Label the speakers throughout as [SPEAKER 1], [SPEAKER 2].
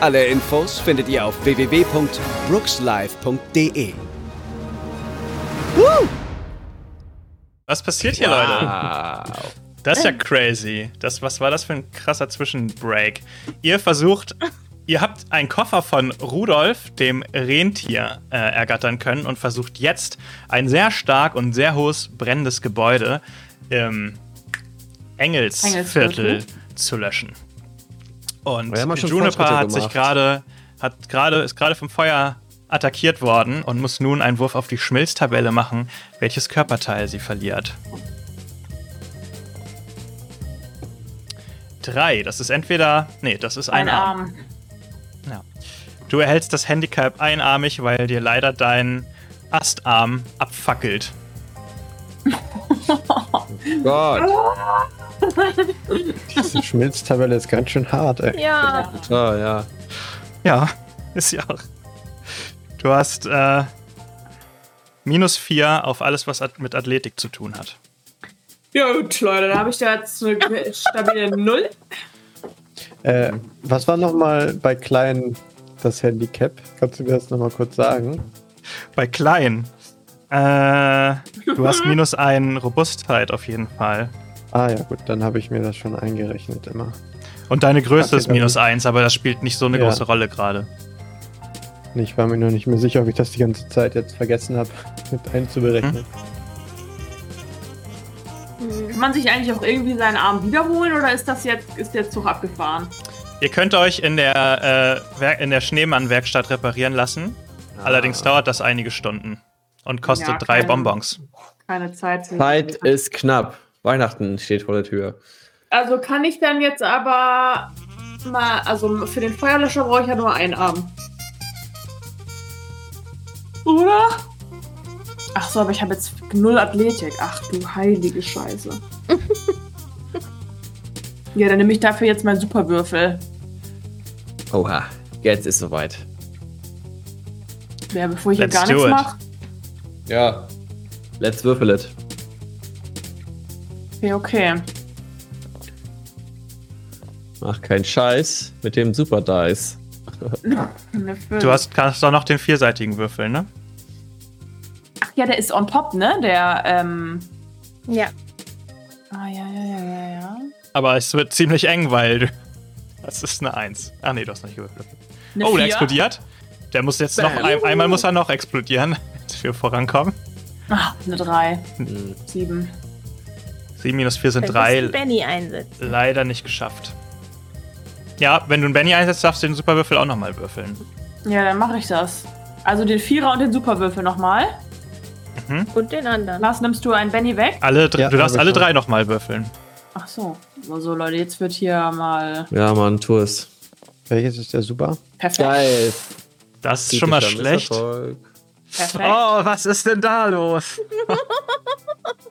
[SPEAKER 1] Alle Infos findet ihr auf www.brookslive.de.
[SPEAKER 2] Was passiert hier, Leute? Das ist ja crazy. Das, was war das für ein krasser Zwischenbreak? Ihr versucht, ihr habt einen Koffer von Rudolf, dem Rentier, äh, ergattern können und versucht jetzt ein sehr stark und sehr hohes brennendes Gebäude im
[SPEAKER 3] Engelsviertel.
[SPEAKER 2] Engelsviertel zu löschen. Und
[SPEAKER 4] Wir haben auch schon
[SPEAKER 2] Juniper
[SPEAKER 4] Fortschritte
[SPEAKER 2] hat sich
[SPEAKER 4] gemacht.
[SPEAKER 2] gerade hat gerade ist gerade vom Feuer attackiert worden und muss nun einen Wurf auf die Schmilztabelle machen, welches Körperteil sie verliert. Drei, das ist entweder nee, das ist ein,
[SPEAKER 3] Ein
[SPEAKER 2] Arm.
[SPEAKER 3] Arm.
[SPEAKER 2] Ja. Du erhältst das Handicap einarmig, weil dir leider dein Astarm abfackelt.
[SPEAKER 4] Gott.
[SPEAKER 5] Diese Schmilztabelle ist ganz schön hart, ey.
[SPEAKER 6] Ja,
[SPEAKER 4] Ah, ja.
[SPEAKER 2] Ja, ist ja auch. Du hast äh, minus vier auf alles, was at mit Athletik zu tun hat.
[SPEAKER 3] Ja, gut, Leute, da habe ich da jetzt eine stabile Null.
[SPEAKER 5] Äh, was war nochmal bei Klein das Handicap? Kannst du mir das nochmal kurz sagen?
[SPEAKER 2] Bei klein. Äh, du hast minus ein Robustheit auf jeden Fall.
[SPEAKER 5] Ah ja, gut, dann habe ich mir das schon eingerechnet immer.
[SPEAKER 2] Und deine Größe
[SPEAKER 5] Okay,
[SPEAKER 2] ist minus eins, aber das spielt nicht so eine
[SPEAKER 5] Ja.
[SPEAKER 2] große Rolle gerade.
[SPEAKER 5] Und Ich war mir nur nicht mehr sicher, ob ich das die ganze Zeit jetzt vergessen habe, mit einzuberechnen.
[SPEAKER 3] Kann man sich eigentlich auch irgendwie seinen Arm wiederholen oder ist das jetzt, ist der Zug abgefahren?
[SPEAKER 2] Ihr könnt euch in der, äh, Werk- in der Schneemann-Werkstatt reparieren lassen. Ah. Allerdings dauert das einige Stunden und kostet
[SPEAKER 3] Ja,
[SPEAKER 2] drei
[SPEAKER 3] keine-
[SPEAKER 2] Bonbons.
[SPEAKER 3] Keine Zeit. zu-
[SPEAKER 4] Zeit ist knapp. Weihnachten steht vor der Tür.
[SPEAKER 3] Also kann ich dann jetzt aber mal, also für den Feuerlöscher brauche ich ja nur einen Arm. Oder? Ach so, aber ich habe jetzt null Athletik. Ach du heilige Scheiße. ja, dann nehme ich dafür jetzt meinen Superwürfel.
[SPEAKER 4] Oha, jetzt ist soweit.
[SPEAKER 3] Ja, bevor ich hier
[SPEAKER 2] Let's
[SPEAKER 3] gar
[SPEAKER 2] do
[SPEAKER 3] nichts
[SPEAKER 2] it.
[SPEAKER 3] mache.
[SPEAKER 4] Ja. Let's würfel it.
[SPEAKER 3] Okay, okay.
[SPEAKER 4] Mach keinen Scheiß mit dem Super Dice.
[SPEAKER 3] Eine Fünf.
[SPEAKER 2] Du hast, kannst doch noch den vierseitigen Würfel, ne?
[SPEAKER 3] Ach ja, der ist on top, ne? Der, ähm.
[SPEAKER 6] ja.
[SPEAKER 3] Ah, ja, ja, ja, ja, ja.
[SPEAKER 2] Aber es wird ziemlich eng, weil du- das ist eine Eins. Ah nee, du hast nicht gewürfelt.
[SPEAKER 3] Eine
[SPEAKER 2] Oh,
[SPEAKER 3] Vier.
[SPEAKER 2] der explodiert. Der muss jetzt noch ein, einmal muss er noch explodieren, dass wir vorankommen.
[SPEAKER 3] Ah, eine Drei.
[SPEAKER 4] Hm.
[SPEAKER 3] Sieben.
[SPEAKER 2] 7 minus 4 sind
[SPEAKER 6] Dann
[SPEAKER 2] drei.
[SPEAKER 6] musst du Benny einsetzt.
[SPEAKER 2] Leider nicht geschafft. Ja, wenn du einen Benny einsetzt, darfst du den Superwürfel auch nochmal würfeln.
[SPEAKER 3] Ja, dann mache ich das. Also den Vierer und den Superwürfel nochmal.
[SPEAKER 6] Und den anderen.
[SPEAKER 3] Lars, nimmst du einen Benny weg?
[SPEAKER 2] Alle, dr-
[SPEAKER 5] Ja,
[SPEAKER 2] du darfst
[SPEAKER 5] hab ich
[SPEAKER 2] alle
[SPEAKER 5] schon.
[SPEAKER 2] drei nochmal würfeln.
[SPEAKER 3] Ach so. So, so, Leute, jetzt wird hier mal
[SPEAKER 4] Ja, Mann, tu es.
[SPEAKER 5] Welches ist der super?
[SPEAKER 3] perfekt.
[SPEAKER 4] Geil.
[SPEAKER 2] Das ist schon mal schlecht. Oh,
[SPEAKER 3] Perfekt.
[SPEAKER 2] was ist denn da los?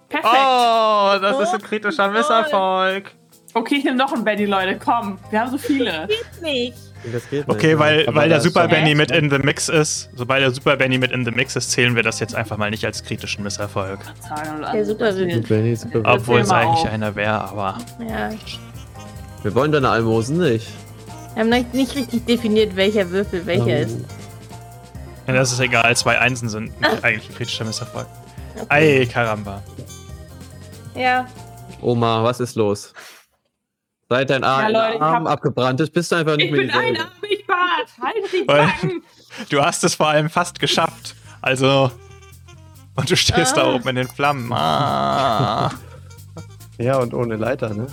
[SPEAKER 3] perfekt.
[SPEAKER 2] Oh, das ist ein
[SPEAKER 6] Oh,
[SPEAKER 2] kritischer
[SPEAKER 6] lol.
[SPEAKER 2] Misserfolg.
[SPEAKER 3] Okay, ich nehme noch einen Benny, Leute. Komm, wir haben so viele.
[SPEAKER 6] Nicht.
[SPEAKER 4] Das geht ne?
[SPEAKER 2] Okay, weil,
[SPEAKER 5] aber
[SPEAKER 2] weil der
[SPEAKER 5] da ist
[SPEAKER 2] Super
[SPEAKER 5] doch-
[SPEAKER 2] Benny
[SPEAKER 3] Hä?
[SPEAKER 2] mit in the Mix ist, sobald der Super Benny mit in the Mix ist, zählen wir das jetzt einfach mal nicht als kritischen Misserfolg.
[SPEAKER 3] Sagen,
[SPEAKER 6] Der
[SPEAKER 3] also, das
[SPEAKER 6] Superwürfel.
[SPEAKER 3] wird-
[SPEAKER 4] Wir
[SPEAKER 2] Obwohl es
[SPEAKER 3] mal
[SPEAKER 2] eigentlich
[SPEAKER 3] auf.
[SPEAKER 2] einer wäre, aber.
[SPEAKER 6] Ja.
[SPEAKER 4] wollen deine Almosen nicht.
[SPEAKER 6] Wir haben noch nicht richtig definiert, welcher Würfel welcher
[SPEAKER 2] Ähm.
[SPEAKER 6] ist.
[SPEAKER 2] Ja, das ist egal, zwei Einsen sind nicht eigentlich ein kritischer Misserfolg. Ei, Karamba.
[SPEAKER 6] Ja.
[SPEAKER 4] Oma, was ist los? Seit dein Ar
[SPEAKER 3] Ja, Leute, ich
[SPEAKER 4] Arm
[SPEAKER 3] hab-
[SPEAKER 4] abgebrannt ist, bist du einfach nicht
[SPEAKER 3] Ich
[SPEAKER 4] mehr
[SPEAKER 3] bin
[SPEAKER 4] dieselbe.
[SPEAKER 3] einarmig, Bart. Halt die
[SPEAKER 2] Weil-
[SPEAKER 3] Backen.
[SPEAKER 2] Du hast es vor allem fast geschafft. Also. Und du stehst da oben in den Flammen. Ah.
[SPEAKER 5] Ja, und ohne Leiter, ne?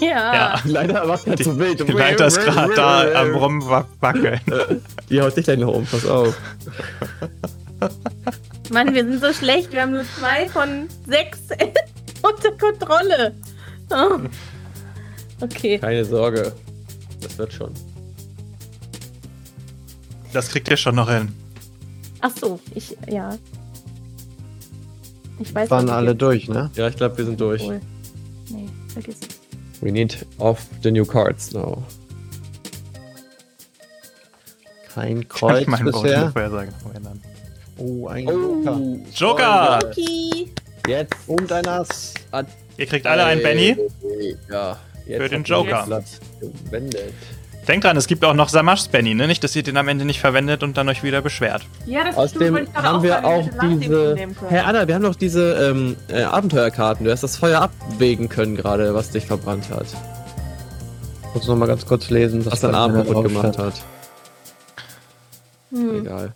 [SPEAKER 6] Ja.
[SPEAKER 2] Ja.
[SPEAKER 4] Leider macht er
[SPEAKER 2] Die,
[SPEAKER 4] zu wild.
[SPEAKER 2] die Leiter ist gerade da am Rumwackeln.
[SPEAKER 5] Äh.
[SPEAKER 4] Die haut dich gleich noch um, pass auf.
[SPEAKER 6] Mann, wir sind so schlecht. Wir haben nur zwei von sechs unter Kontrolle. Oh. Okay.
[SPEAKER 4] Keine Sorge. Das wird schon.
[SPEAKER 2] Das kriegt ihr schon noch hin.
[SPEAKER 6] Ach so, ich, ja. Ich weiß
[SPEAKER 5] Waren
[SPEAKER 6] nicht,
[SPEAKER 5] alle
[SPEAKER 6] wie
[SPEAKER 5] durch, ne?
[SPEAKER 4] Ja, ich glaube, wir sind durch.
[SPEAKER 6] viel- Nee, vergiss es.
[SPEAKER 4] We need off the new cards now.
[SPEAKER 5] Kein Kreuz
[SPEAKER 2] ich meinen
[SPEAKER 5] bisher.
[SPEAKER 2] Vorhersage noch ändern.
[SPEAKER 5] Oh, ein Joker.
[SPEAKER 4] Oh,
[SPEAKER 2] Joker!
[SPEAKER 6] Okay.
[SPEAKER 4] Jetzt um
[SPEAKER 5] Und ein Ass.
[SPEAKER 4] hat
[SPEAKER 2] Ihr kriegt alle einen Benny.
[SPEAKER 4] Ja. Jetzt
[SPEAKER 2] Für den
[SPEAKER 4] hat
[SPEAKER 2] Joker.
[SPEAKER 4] das Blatt Gewendet.
[SPEAKER 2] Denkt dran, es gibt auch noch Samashs Benny, ne? Nicht, dass ihr den am Ende nicht verwendet und dann euch wieder beschwert.
[SPEAKER 3] Ja, das stimmt,
[SPEAKER 4] Außerdem
[SPEAKER 3] weil ich gerade
[SPEAKER 4] haben wir
[SPEAKER 3] sagen,
[SPEAKER 4] auch
[SPEAKER 3] hätte Nachsehen
[SPEAKER 4] diese.
[SPEAKER 3] nehmen können.
[SPEAKER 4] Herr Anna, wir haben noch diese ähm, äh, Abenteuerkarten. Du hast das Feuer abwägen können, gerade, was dich verbrannt hat.
[SPEAKER 5] Ich muss noch mal ganz kurz lesen,
[SPEAKER 4] Was dein Arm
[SPEAKER 5] da
[SPEAKER 4] kaputt
[SPEAKER 5] drauf
[SPEAKER 4] gemacht
[SPEAKER 5] stand.
[SPEAKER 4] hat.
[SPEAKER 6] Hm.
[SPEAKER 4] Egal.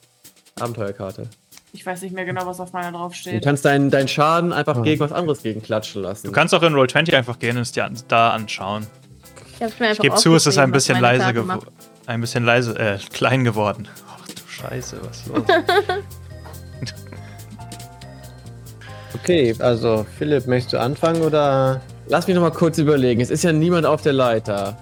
[SPEAKER 4] Abenteuerkarte.
[SPEAKER 3] Ich weiß nicht mehr genau, was auf meiner
[SPEAKER 4] Du
[SPEAKER 3] draufsteht.
[SPEAKER 4] kannst deinen, deinen Schaden einfach
[SPEAKER 5] Ah.
[SPEAKER 4] gegen was anderes gegen klatschen lassen.
[SPEAKER 2] Du kannst auch in Roll20 einfach gehen und es dir an, da anschauen.
[SPEAKER 6] Ich, hab's mir
[SPEAKER 2] Ich
[SPEAKER 6] einfach
[SPEAKER 2] gebe zu, es ist ein bisschen
[SPEAKER 6] aufgeschrieben,
[SPEAKER 2] leise
[SPEAKER 6] was meine Karte macht.
[SPEAKER 2] geworden. Ein bisschen leise, äh, klein geworden. Ach du Scheiße, was los?
[SPEAKER 5] Okay, also Philipp, möchtest du anfangen oder?
[SPEAKER 4] Lass mich nochmal kurz überlegen. Es ist ja niemand auf der Leiter.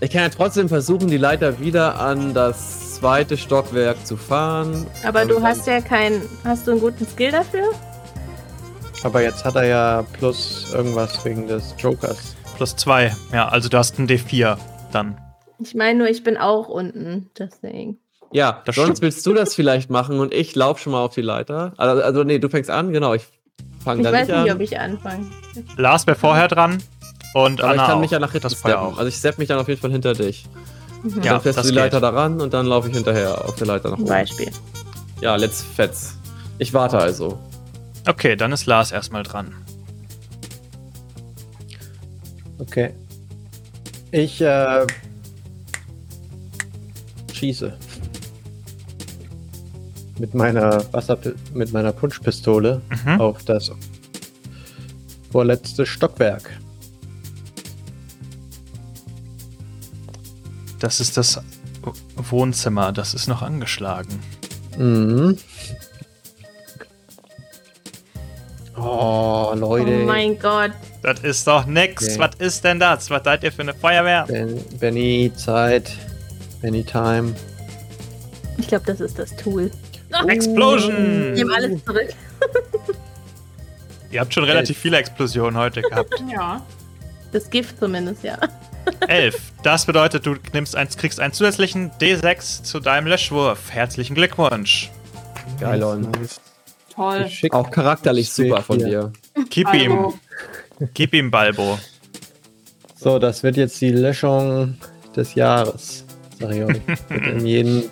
[SPEAKER 4] Ich kann ja trotzdem versuchen, die Leiter wieder an das zweite Stockwerk zu fahren.
[SPEAKER 6] Aber
[SPEAKER 4] Und
[SPEAKER 2] Also-
[SPEAKER 6] du
[SPEAKER 4] dann-
[SPEAKER 6] hast ja keinen. Hast du einen guten Skill dafür?
[SPEAKER 5] Aber jetzt hat er ja plus irgendwas wegen des Jokers.
[SPEAKER 2] Plus zwei. Ja, also du hast einen D4 dann.
[SPEAKER 6] Ich meine nur, ich bin auch unten. Deswegen.
[SPEAKER 4] Ja,
[SPEAKER 2] Das
[SPEAKER 4] sonst
[SPEAKER 2] stimmt.
[SPEAKER 4] willst du das vielleicht machen und ich lauf schon mal auf die Leiter. Also, also nee, du fängst an, genau. Ich fange
[SPEAKER 6] Ich
[SPEAKER 4] dann
[SPEAKER 6] weiß
[SPEAKER 4] nicht
[SPEAKER 6] nicht,
[SPEAKER 4] an.
[SPEAKER 6] ob ich anfange.
[SPEAKER 2] Lars wäre vorher dran und
[SPEAKER 4] aber
[SPEAKER 2] Anna
[SPEAKER 4] ich kann
[SPEAKER 2] auch.
[SPEAKER 4] mich ja nach hinten
[SPEAKER 2] das Feuer
[SPEAKER 4] steppen.
[SPEAKER 2] auch.
[SPEAKER 4] Also ich steppe mich dann auf jeden Fall hinter dich.
[SPEAKER 6] Mhm.
[SPEAKER 2] Ja,
[SPEAKER 4] dann fährst du
[SPEAKER 2] das
[SPEAKER 4] die
[SPEAKER 2] geht.
[SPEAKER 4] Leiter da ran und dann laufe ich hinterher auf der Leiter nach
[SPEAKER 6] Zum
[SPEAKER 4] oben.
[SPEAKER 6] Beispiel.
[SPEAKER 4] Ja, let's fetz. Ich warte also.
[SPEAKER 2] Okay, dann ist Lars erstmal dran.
[SPEAKER 5] Okay. Ich äh, schieße. Mit meiner Wasser mit meiner Punschpistole
[SPEAKER 4] Oh.
[SPEAKER 2] Mhm.
[SPEAKER 5] auf das vorletzte Stockwerk.
[SPEAKER 2] Das ist das Wohnzimmer, das ist noch angeschlagen.
[SPEAKER 5] Mhm. Oh,
[SPEAKER 6] Oh
[SPEAKER 5] Leute.
[SPEAKER 6] mein Gott.
[SPEAKER 2] Das ist doch nix.
[SPEAKER 5] Okay.
[SPEAKER 2] Was ist denn das? Was seid ihr für eine Feuerwehr?
[SPEAKER 4] Oh.
[SPEAKER 5] ben, Benny, Zeit. Benny Time.
[SPEAKER 6] Ich glaube, das ist das Tool.
[SPEAKER 2] Explosion!
[SPEAKER 6] Ich nehme alles zurück.
[SPEAKER 2] Ihr habt schon relativ viele Explosionen heute gehabt.
[SPEAKER 3] Ja.
[SPEAKER 6] Das Gift zumindest, ja.
[SPEAKER 2] Elf. Das bedeutet, du nimmst eins, kriegst einen zusätzlichen D6 zu deinem Löschwurf. Herzlichen Glückwunsch.
[SPEAKER 4] Geil, und
[SPEAKER 5] Nice.
[SPEAKER 3] Toll.
[SPEAKER 5] Schick.
[SPEAKER 4] Auch charakterlich
[SPEAKER 5] Steht
[SPEAKER 4] super von
[SPEAKER 5] hier.
[SPEAKER 4] dir.
[SPEAKER 2] Gib ihm,
[SPEAKER 3] Also,
[SPEAKER 2] gib ihm Balbo.
[SPEAKER 5] So, das wird jetzt die Löschung des Jahres. Sag ich euch. Wird in jeden,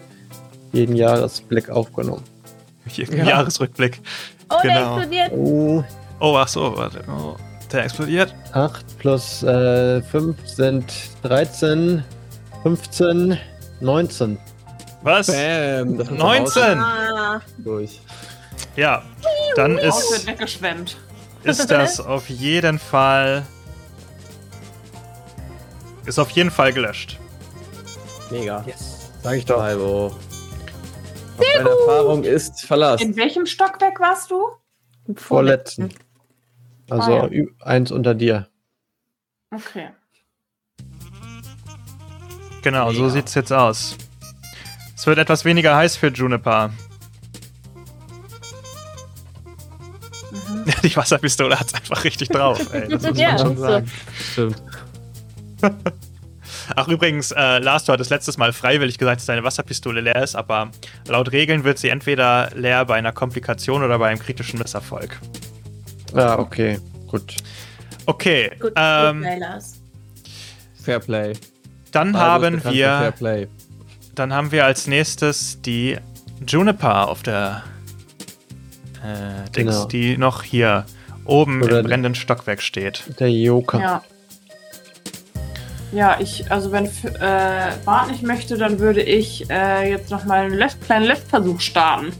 [SPEAKER 5] jeden Jahresblick aufgenommen.
[SPEAKER 2] Im
[SPEAKER 4] Ja.
[SPEAKER 2] Jahresrückblick.
[SPEAKER 6] Oh, der
[SPEAKER 2] Genau.
[SPEAKER 6] explodiert.
[SPEAKER 5] Oh,
[SPEAKER 2] Oh, ach so, warte. Oh, der explodiert.
[SPEAKER 5] 8 plus äh, 5 sind 13, 15, 19.
[SPEAKER 2] Was?
[SPEAKER 4] Bam! das hat er
[SPEAKER 2] 19!
[SPEAKER 6] Ah,
[SPEAKER 4] raus- Durch.
[SPEAKER 2] Ja, dann
[SPEAKER 3] Haus wird
[SPEAKER 2] ist,
[SPEAKER 3] weggeschwemmt.
[SPEAKER 2] ist das auf jeden Fall. Ist auf jeden Fall gelöscht.
[SPEAKER 4] Mega.
[SPEAKER 5] Yes. Sag ich doch.
[SPEAKER 4] Bravo. Auf deine Erfahrung ist Verlass.
[SPEAKER 3] In welchem Stockwerk warst du?
[SPEAKER 6] im
[SPEAKER 5] Vorletzten. Also
[SPEAKER 3] Ah, ja.
[SPEAKER 5] ü- eins unter dir.
[SPEAKER 3] Okay.
[SPEAKER 2] Genau, so
[SPEAKER 4] Mega.
[SPEAKER 2] sieht's jetzt aus. Es wird etwas weniger heiß für Juniper. Die Wasserpistole hat's einfach richtig drauf, ey. Das muss
[SPEAKER 6] Ja,
[SPEAKER 2] man schon
[SPEAKER 6] so.
[SPEAKER 2] sagen.
[SPEAKER 4] Stimmt.
[SPEAKER 2] Ach, übrigens, äh, Lars, du hattest letztes Mal freiwillig gesagt, dass deine Wasserpistole leer ist, aber laut Regeln wird sie entweder leer bei einer Komplikation oder bei einem kritischen Misserfolg.
[SPEAKER 5] Ah, okay. Gut.
[SPEAKER 2] Okay,
[SPEAKER 6] Gut,
[SPEAKER 2] ähm,
[SPEAKER 6] gut, Lars.
[SPEAKER 4] Fairplay.
[SPEAKER 2] dann
[SPEAKER 4] Bravo ist
[SPEAKER 2] haben
[SPEAKER 4] bekannt für
[SPEAKER 2] wir,
[SPEAKER 4] Fairplay.
[SPEAKER 2] dann haben wir als nächstes die Juniper auf der äh, Dings,
[SPEAKER 5] Genau.
[SPEAKER 2] die noch hier oben im
[SPEAKER 5] Oder die-
[SPEAKER 2] brennenden Stockwerk steht.
[SPEAKER 5] Der Joker.
[SPEAKER 3] Ja. Ja, ich, also wenn F- äh, Bart nicht möchte, dann würde ich äh, jetzt nochmal einen Left, kleinen Left-Versuch starten.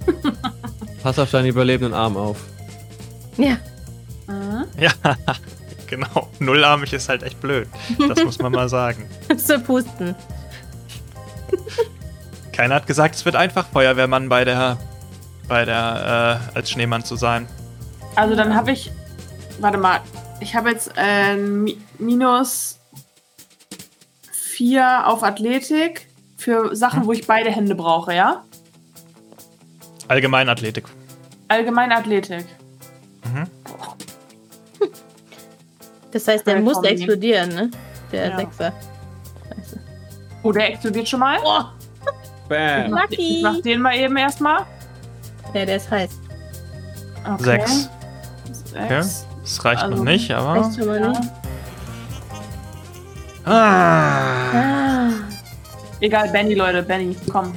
[SPEAKER 4] Pass auf deinen überlebenden Arm auf.
[SPEAKER 6] Ja.
[SPEAKER 2] Ja, genau. Nullarmig ist halt echt blöd. Das muss man mal sagen.
[SPEAKER 6] Zu pusten.
[SPEAKER 2] Keiner hat gesagt, es wird einfach Feuerwehrmann bei der, bei der, äh, als Schneemann zu sein.
[SPEAKER 3] Also dann habe ich, warte mal, ich habe jetzt äh, ähm, Mi- minus 4 auf Athletik, Für Sachen, wo ich beide Hände brauche, ja?
[SPEAKER 2] Allgemein Athletik.
[SPEAKER 3] Allgemein Athletik.
[SPEAKER 6] Das heißt, der
[SPEAKER 3] Ja,
[SPEAKER 6] muss
[SPEAKER 3] komm, nee.
[SPEAKER 6] explodieren, ne? Der
[SPEAKER 3] Ja.
[SPEAKER 6] Sechser.
[SPEAKER 3] Oh, der explodiert schon mal.
[SPEAKER 6] Oh,
[SPEAKER 5] Bam.
[SPEAKER 3] Mach-
[SPEAKER 6] Lucky.
[SPEAKER 3] Ich mach den mal eben erstmal.
[SPEAKER 6] ja, der ist heiß.
[SPEAKER 3] Okay.
[SPEAKER 2] Sechs.
[SPEAKER 3] Sechs.
[SPEAKER 2] Das reicht
[SPEAKER 3] Also,
[SPEAKER 2] noch nicht, aber.
[SPEAKER 6] Weißt du mal
[SPEAKER 3] Ja.
[SPEAKER 6] nicht?
[SPEAKER 2] Ah,
[SPEAKER 6] Ah,
[SPEAKER 3] Egal, Benny, Leute, Benny, komm.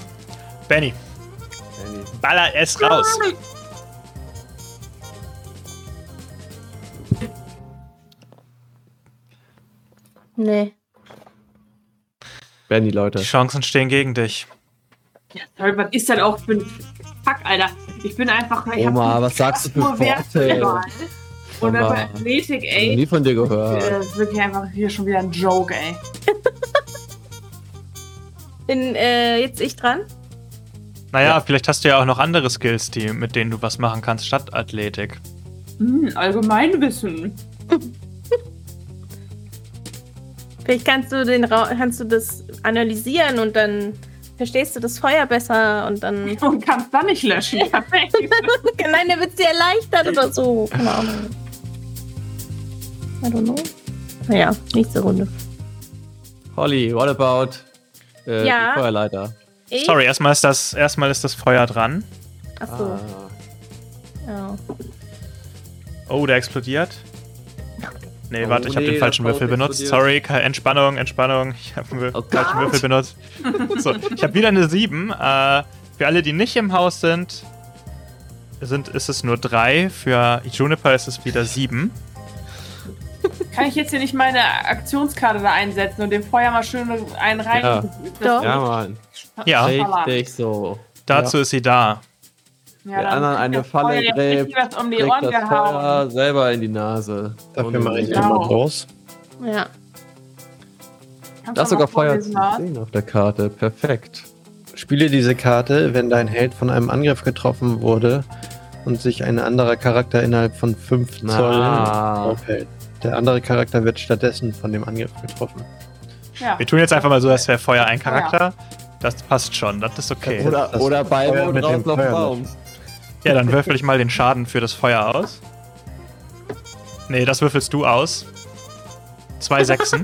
[SPEAKER 2] Benny, baller es raus.
[SPEAKER 6] nee.
[SPEAKER 4] Werden die
[SPEAKER 2] Die
[SPEAKER 4] Leute.
[SPEAKER 2] Chancen stehen gegen dich.
[SPEAKER 3] Sorry, was ist denn auch für ein Fuck, Alter? Ich bin einfach. Ich hab
[SPEAKER 4] Oma, was sagst du für
[SPEAKER 3] nur Werte
[SPEAKER 4] Worte?
[SPEAKER 3] überall. Und dann bei
[SPEAKER 4] Oma.
[SPEAKER 3] Athletik,
[SPEAKER 4] Ich hab
[SPEAKER 3] ey.
[SPEAKER 4] nie von dir gehört.
[SPEAKER 3] Das ist wirklich einfach hier schon wieder ein Joke, ey.
[SPEAKER 6] Bin äh, jetzt ich dran?
[SPEAKER 2] Naja, vielleicht hast du ja auch noch andere Skills, die, mit denen du was machen kannst, statt Athletik.
[SPEAKER 3] Hm, Allgemeinwissen.
[SPEAKER 6] Vielleicht kannst du den Ra kannst du das analysieren und dann verstehst du das Feuer besser und dann.
[SPEAKER 3] Und kannst dann nicht löschen. Perfekt.
[SPEAKER 6] Nein, der wird dir erleichtert oder so. Keine Ahnung. I don't know. Naja, nächste Runde.
[SPEAKER 4] Holly, what about äh,
[SPEAKER 6] Ja.
[SPEAKER 4] die Feuerleiter?
[SPEAKER 6] Ich?
[SPEAKER 2] Sorry, erstmal ist das, erstmal ist das Feuer dran.
[SPEAKER 6] Achso.
[SPEAKER 4] Ah.
[SPEAKER 6] Ja.
[SPEAKER 2] Oh, der explodiert. Nee,
[SPEAKER 4] Oh,
[SPEAKER 2] warte, ich habe
[SPEAKER 4] nee,
[SPEAKER 2] den falschen
[SPEAKER 4] das
[SPEAKER 2] Würfel
[SPEAKER 4] Haus
[SPEAKER 2] benutzt.
[SPEAKER 4] explodiert.
[SPEAKER 2] Sorry, keine- Entspannung, Entspannung. Ich habe einen Wür-
[SPEAKER 4] Oh
[SPEAKER 2] falschen
[SPEAKER 4] Gott.
[SPEAKER 2] Würfel benutzt. So, ich habe wieder eine 7. Äh, für alle, die nicht im Haus sind, sind ist es nur 3. Für Juniper ist es wieder 7.
[SPEAKER 3] Kann ich jetzt hier nicht meine Aktionskarte da einsetzen und dem Feuer mal schön einen rein?
[SPEAKER 4] Ja.
[SPEAKER 6] Doch.
[SPEAKER 4] Ja, Mann.
[SPEAKER 2] Ja,
[SPEAKER 3] Hey. Verlag.
[SPEAKER 4] Richtig so.
[SPEAKER 2] dazu ist sie da.
[SPEAKER 3] Ja,
[SPEAKER 4] Der
[SPEAKER 3] dann
[SPEAKER 4] anderen eine
[SPEAKER 3] kriegt das Feuer
[SPEAKER 4] Falle
[SPEAKER 3] jetzt
[SPEAKER 4] gräbt,
[SPEAKER 3] richtig was um die
[SPEAKER 4] Kriegt
[SPEAKER 3] Ohren
[SPEAKER 4] das
[SPEAKER 3] gehauen.
[SPEAKER 4] Feuer selber in die Nase.
[SPEAKER 5] Dafür
[SPEAKER 4] Ohne
[SPEAKER 5] mache ich
[SPEAKER 4] Grund.
[SPEAKER 5] nochmal
[SPEAKER 3] Genau.
[SPEAKER 5] groß.
[SPEAKER 6] Ja.
[SPEAKER 3] Kannst
[SPEAKER 4] Da ist
[SPEAKER 3] du mal
[SPEAKER 4] sogar Feuer zu
[SPEAKER 3] vorlesen, Lars?
[SPEAKER 4] sehen auf der Karte. Perfekt.
[SPEAKER 5] Spiele diese Karte, wenn dein Held von einem Angriff getroffen wurde und sich ein anderer Charakter innerhalb von 5
[SPEAKER 4] Ah.
[SPEAKER 5] Zoll
[SPEAKER 4] Na.
[SPEAKER 5] aufhält. Der andere Charakter wird stattdessen von dem Angriff getroffen.
[SPEAKER 3] Ja.
[SPEAKER 2] Wir tun jetzt einfach mal so, als wäre Feuer ein Charakter. Das passt schon, das ist okay.
[SPEAKER 5] Oder-
[SPEAKER 4] Oder,
[SPEAKER 5] das
[SPEAKER 4] oder Ball
[SPEAKER 5] Feuer
[SPEAKER 4] oben
[SPEAKER 5] mit
[SPEAKER 4] drauf
[SPEAKER 5] dem
[SPEAKER 4] auf dem Baum.
[SPEAKER 5] Feuerlöscher.
[SPEAKER 2] Ja, dann würfel ich mal den Schaden für das Feuer aus. Nee, das würfelst du aus. Zwei Sechsen.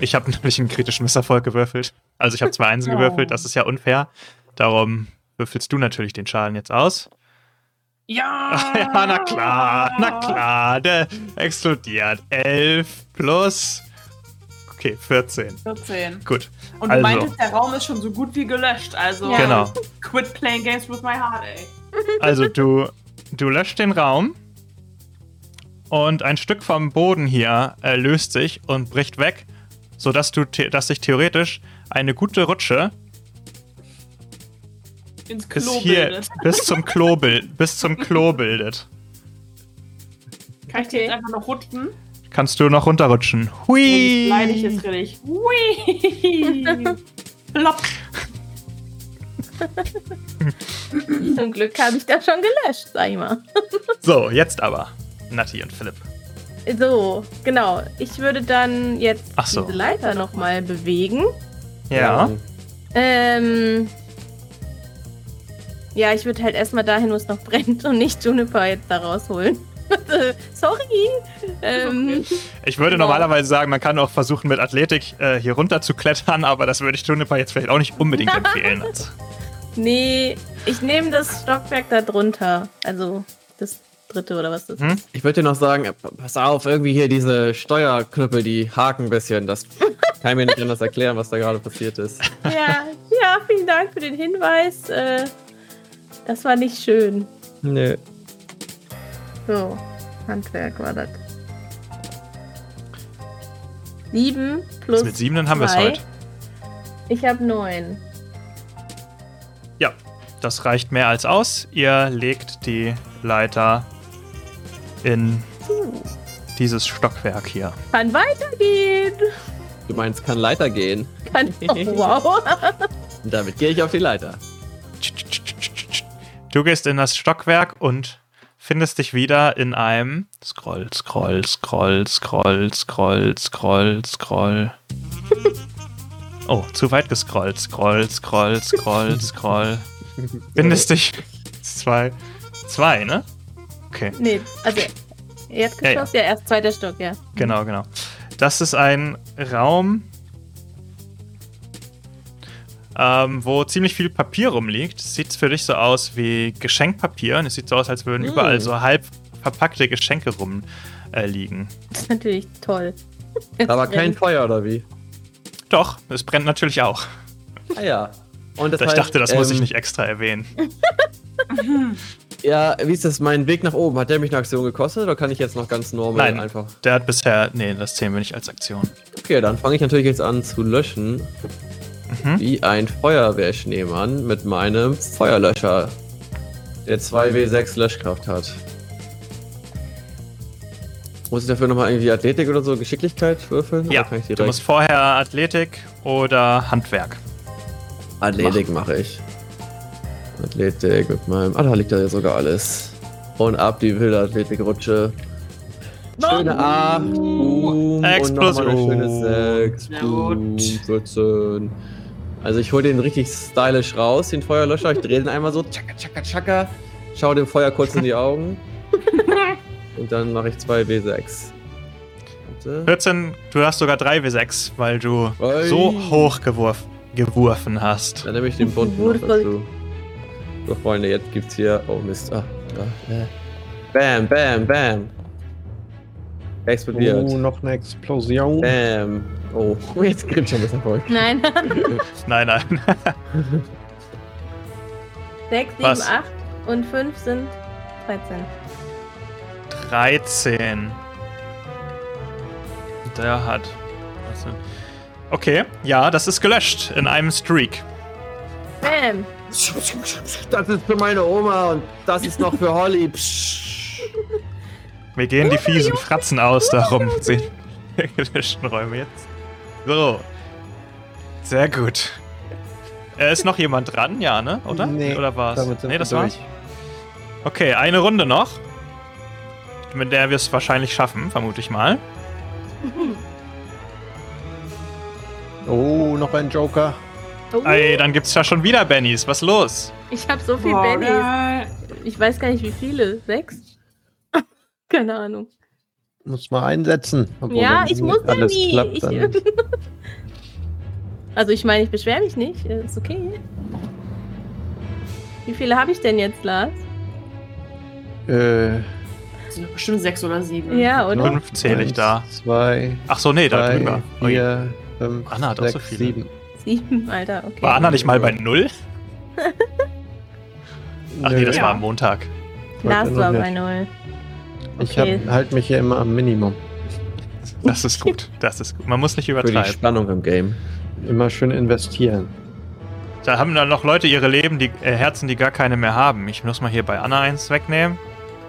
[SPEAKER 2] Ich habe nämlich einen kritischen Misserfolg gewürfelt. Also ich habe zwei Einsen
[SPEAKER 3] Oh.
[SPEAKER 2] gewürfelt, das ist ja unfair. Darum würfelst du natürlich den Schaden jetzt aus.
[SPEAKER 3] Ja.
[SPEAKER 2] Ja, na klar, na klar, der explodiert. Elf plus... Okay, 14.
[SPEAKER 3] 14.
[SPEAKER 2] Gut.
[SPEAKER 3] Und
[SPEAKER 2] Also.
[SPEAKER 3] du meintest, der Raum ist schon so gut wie gelöscht. Also,
[SPEAKER 6] Ja.
[SPEAKER 2] Genau.
[SPEAKER 3] quit playing games with my heart, ey.
[SPEAKER 2] Also du, du löscht den Raum und ein Stück vom Boden hier äh, löst sich und bricht weg, sodass du the- dass sich theoretisch eine gute Rutsche
[SPEAKER 3] Ins
[SPEAKER 2] bis
[SPEAKER 3] Klo
[SPEAKER 2] hier
[SPEAKER 3] bildet.
[SPEAKER 2] bis zum Klo bild, bis zum Klo bildet.
[SPEAKER 3] Kann ich dir
[SPEAKER 6] Okay.
[SPEAKER 3] jetzt einfach noch rutschen?
[SPEAKER 2] Kannst du noch runterrutschen. Hui!
[SPEAKER 3] Leide Oh, ich jetzt richtig. Hui! Plopp.
[SPEAKER 6] Zum Glück habe ich das schon gelöscht, sag ich mal.
[SPEAKER 2] So, jetzt aber. Nati und Philipp.
[SPEAKER 6] So, genau. Ich würde dann jetzt
[SPEAKER 2] Ach so.
[SPEAKER 6] diese Leiter nochmal bewegen.
[SPEAKER 2] Ja.
[SPEAKER 6] Ähm. Ja, ich würde halt erstmal dahin, wo es noch brennt und nicht Juniper jetzt da rausholen. Sorry. Ähm,
[SPEAKER 2] Ich würde
[SPEAKER 6] Genau.
[SPEAKER 2] normalerweise sagen, man kann auch versuchen, mit Athletik äh, hier runter zu klettern, aber das würde ich Juniper jetzt vielleicht auch nicht unbedingt empfehlen.
[SPEAKER 6] Nee, ich nehme das Stockwerk da drunter. Also das dritte oder was das
[SPEAKER 2] Hm?
[SPEAKER 6] ist.
[SPEAKER 4] Ich würde dir noch sagen, äh, pass auf, irgendwie hier diese Steuerknüppel, die haken ein bisschen. Das kann ich mir nicht anders erklären, was da gerade passiert ist.
[SPEAKER 6] Ja, ja, vielen Dank für den Hinweis. Äh, das war nicht schön.
[SPEAKER 4] Nö.
[SPEAKER 6] So, Handwerk war das. Sieben plus.
[SPEAKER 2] Mit sieben, dann haben wir es
[SPEAKER 6] zwei.
[SPEAKER 2] heute.
[SPEAKER 6] Ich habe neun.
[SPEAKER 2] Ja, das reicht mehr als aus. Ihr legt die Leiter in dieses Stockwerk hier.
[SPEAKER 6] Kann weitergehen.
[SPEAKER 4] Du meinst, kann Leiter gehen.
[SPEAKER 6] Kann, oh, wow.
[SPEAKER 4] Und damit gehe ich auf die Leiter.
[SPEAKER 2] Du gehst in das Stockwerk und findest dich wieder in einem Scroll, Scroll, Scroll, Scroll, Scroll, Scroll, Scroll. Oh, zu weit gescrollt. Scroll, scroll, scroll, scroll. Bindest dich. Zwei. Zwei, ne? Okay,
[SPEAKER 6] Nee, also Erdgeschoss, ja, erst zweiter Stock, ja.
[SPEAKER 2] genau,
[SPEAKER 4] Mhm.
[SPEAKER 2] genau. Das ist ein Raum, ähm, wo ziemlich viel Papier rumliegt. Sieht für dich so aus wie Geschenkpapier. Und es sieht so aus, als würden überall so halb verpackte Geschenke rumliegen. Äh, liegen.
[SPEAKER 6] Das ist natürlich toll.
[SPEAKER 4] Aber kein Feuer oder wie?
[SPEAKER 2] Doch, es brennt natürlich auch.
[SPEAKER 4] Ah ja. Und das
[SPEAKER 2] ich
[SPEAKER 4] heißt,
[SPEAKER 2] dachte, das muss
[SPEAKER 4] ähm, oh
[SPEAKER 2] ich nicht extra erwähnen.
[SPEAKER 4] Ja, wie ist das? Mein Weg nach oben, hat der mich eine Aktion gekostet oder kann ich jetzt noch ganz normal
[SPEAKER 2] Nein,
[SPEAKER 4] einfach?
[SPEAKER 2] der hat bisher. Nee, das zählen wir nicht als Aktion.
[SPEAKER 4] Okay, dann fange ich natürlich jetzt an zu löschen.
[SPEAKER 2] Mhm.
[SPEAKER 4] Wie ein Feuerwehrschneemann mit meinem Feuerlöscher, der 2W6 Löschkraft hat. Muss ich dafür nochmal irgendwie Athletik oder so, Geschicklichkeit würfeln?
[SPEAKER 2] Ja,
[SPEAKER 4] oder kann ich
[SPEAKER 2] du musst vorher Athletik oder Handwerk.
[SPEAKER 4] Athletik mache ich. Athletik mit meinem. Ah, da liegt da ja sogar alles. Und ab die wilde Athletikrutsche. Schöne 8. Boom.
[SPEAKER 2] Explosion.
[SPEAKER 4] Und nochmal eine schöne 6.
[SPEAKER 3] Sehr
[SPEAKER 4] Boom.
[SPEAKER 3] gut.
[SPEAKER 4] 14. Also ich hole den richtig stylisch raus, den Feuerlöscher. Ich drehe den einmal so. Tschakka, tschakka, tschakka. Schau dem Feuer kurz in die Augen. Und dann mache ich 2 W6. Warte.
[SPEAKER 2] 14, du hast sogar 3 W6, weil du
[SPEAKER 4] Oi.
[SPEAKER 2] so hoch geworf, geworfen hast.
[SPEAKER 4] Dann nehme ich den bunten noch
[SPEAKER 6] Wurfel.
[SPEAKER 4] dazu. So, Freunde, jetzt gibt's hier. Oh Mist. Ah, da. äh. Bam, bam, bam. Explodiert.
[SPEAKER 5] Oh, noch eine Explosion.
[SPEAKER 2] Äh,
[SPEAKER 4] Bam. Oh, jetzt kriegt schon ein bisschen Erfolg.
[SPEAKER 6] Nein,
[SPEAKER 2] Nein, nein.
[SPEAKER 6] 6, 7,
[SPEAKER 2] Was?
[SPEAKER 6] 8 und 5 sind 13.
[SPEAKER 2] 13. Der hat. also- Okay, ja, das ist gelöscht in einem Streak.
[SPEAKER 6] Bam!
[SPEAKER 4] Das ist für meine Oma und das ist noch für Holly. Psch.
[SPEAKER 2] Wir gehen die fiesen Fratzen aus, darum sehen wir die gelöschten Räume jetzt. So. Sehr gut. Äh, ist noch jemand dran? Ja, ne? Oder?
[SPEAKER 5] Nee,
[SPEAKER 2] Oder war's?
[SPEAKER 5] damit sind
[SPEAKER 2] Nee,
[SPEAKER 5] wir
[SPEAKER 2] das
[SPEAKER 5] durch.
[SPEAKER 2] war's. Okay, eine Runde noch. Mit der wir es wahrscheinlich schaffen, vermute ich mal.
[SPEAKER 5] Oh, noch ein Joker.
[SPEAKER 6] Oh,
[SPEAKER 2] Ey, dann gibt's ja schon wieder Bennys. Was los?
[SPEAKER 6] ich habe so viel
[SPEAKER 3] Boah,
[SPEAKER 6] Bennys.
[SPEAKER 3] geil.
[SPEAKER 6] Ich weiß gar nicht, wie viele. Sechs? Keine Ahnung.
[SPEAKER 5] Muss mal einsetzen. Obwohl,
[SPEAKER 6] ja,
[SPEAKER 5] wenn
[SPEAKER 6] ich muss ja
[SPEAKER 5] alles
[SPEAKER 6] nie.
[SPEAKER 5] Klappt,
[SPEAKER 6] ich,
[SPEAKER 5] dann
[SPEAKER 6] also ich meine, ich beschwere mich nicht. äh, Ist okay. Wie viele habe ich denn jetzt, Lars?
[SPEAKER 5] äh,
[SPEAKER 3] Das sind doch bestimmt sechs oder sieben.
[SPEAKER 6] Ja, oder?
[SPEAKER 2] Fünf zähle ich
[SPEAKER 5] eins,
[SPEAKER 2] da.
[SPEAKER 5] Zwei,
[SPEAKER 2] Ach so, nee, da
[SPEAKER 5] drei,
[SPEAKER 2] drüber. Ui.
[SPEAKER 5] vier, fünf,
[SPEAKER 2] Anna hat auch
[SPEAKER 5] sechs,
[SPEAKER 2] so viele.
[SPEAKER 5] sieben.
[SPEAKER 6] Sieben, Alter. Okay.
[SPEAKER 2] War Anna nicht mal bei Null? Ach nee,
[SPEAKER 5] Nö,
[SPEAKER 2] das
[SPEAKER 3] Ja.
[SPEAKER 2] war am Montag.
[SPEAKER 6] Lars
[SPEAKER 5] noch
[SPEAKER 6] war
[SPEAKER 5] nicht.
[SPEAKER 6] bei null.
[SPEAKER 5] Ich
[SPEAKER 6] okay.
[SPEAKER 5] halte mich hier immer am Minimum.
[SPEAKER 2] Das ist gut. Das ist gut. Man muss nicht
[SPEAKER 4] Für die
[SPEAKER 2] übertreiben.
[SPEAKER 4] Spannung im Game.
[SPEAKER 5] Immer schön investieren.
[SPEAKER 2] Da haben dann noch Leute ihre Leben, die äh, Herzen, die gar keine mehr haben. Ich muss mal hier bei Anna eins wegnehmen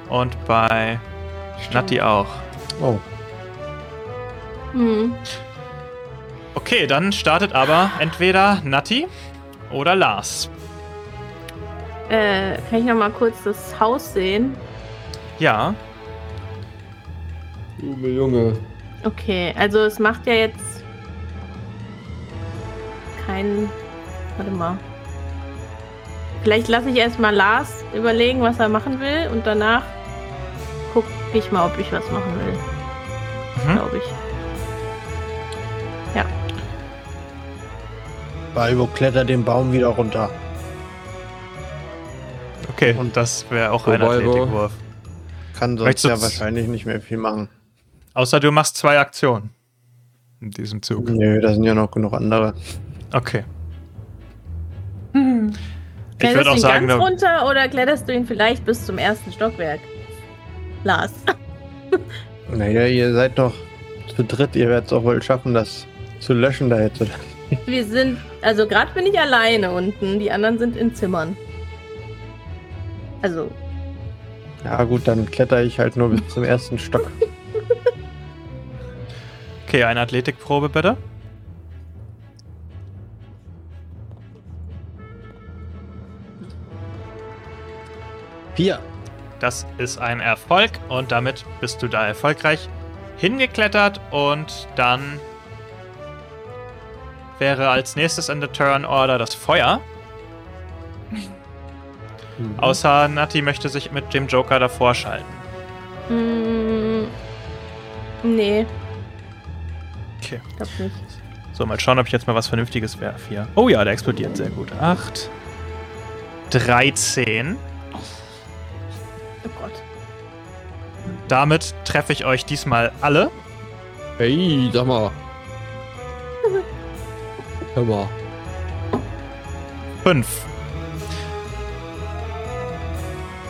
[SPEAKER 2] und bei Natti auch.
[SPEAKER 5] Oh,
[SPEAKER 6] Hm.
[SPEAKER 2] Okay, dann startet aber entweder Natti oder Lars.
[SPEAKER 6] Äh, kann ich noch mal kurz das Haus sehen?
[SPEAKER 2] Ja,
[SPEAKER 4] Junge, Junge.
[SPEAKER 6] Okay, also es macht ja jetzt keinen. Warte mal. Vielleicht lasse ich erstmal Lars überlegen, was er machen will und danach gucke ich mal, ob ich was machen will.
[SPEAKER 2] Mhm.
[SPEAKER 6] Glaube ich.
[SPEAKER 5] Balbo klettert den Baum wieder runter.
[SPEAKER 2] okay. Und das wäre auch
[SPEAKER 4] Für
[SPEAKER 2] ein
[SPEAKER 4] Volvo.
[SPEAKER 2] Athletikwurf.
[SPEAKER 5] Kann sonst
[SPEAKER 2] Möchtest du-
[SPEAKER 5] ja wahrscheinlich nicht mehr viel machen.
[SPEAKER 2] Außer du machst zwei Aktionen. In diesem Zug.
[SPEAKER 5] Nö, da sind ja noch genug andere.
[SPEAKER 2] Okay.
[SPEAKER 3] Hm.
[SPEAKER 2] Ich würde
[SPEAKER 6] du
[SPEAKER 2] auch
[SPEAKER 6] ihn
[SPEAKER 2] sagen, ne-
[SPEAKER 6] ganz
[SPEAKER 2] da-
[SPEAKER 6] runter oder kletterst du ihn vielleicht bis zum ersten Stockwerk? Lars.
[SPEAKER 5] Naja, ihr seid doch zu dritt. Ihr werdet es auch wohl schaffen, das zu löschen da jetzt. oder?
[SPEAKER 6] Wir sind, also gerade bin ich alleine unten, die anderen sind in Zimmern. Also,
[SPEAKER 5] Ja gut, dann kletter ich halt nur bis zum ersten Stock.
[SPEAKER 2] Okay, eine Athletikprobe bitte.
[SPEAKER 5] Vier.
[SPEAKER 2] Das ist ein Erfolg und damit bist du da erfolgreich hingeklettert und dann wäre als nächstes in der Turn Order das Feuer.
[SPEAKER 5] Mhm.
[SPEAKER 2] Außer Nati möchte sich mit dem Joker davor schalten.
[SPEAKER 6] Hm, nee,
[SPEAKER 2] Okay.
[SPEAKER 6] glaub nicht.
[SPEAKER 2] So, mal schauen, ob ich jetzt mal was Vernünftiges werfe hier. Oh ja, der explodiert. Sehr gut. 8. 13.
[SPEAKER 6] Oh Gott.
[SPEAKER 2] Damit treffe ich euch diesmal alle.
[SPEAKER 4] Hey, sag mal. Hör mal.
[SPEAKER 2] 5.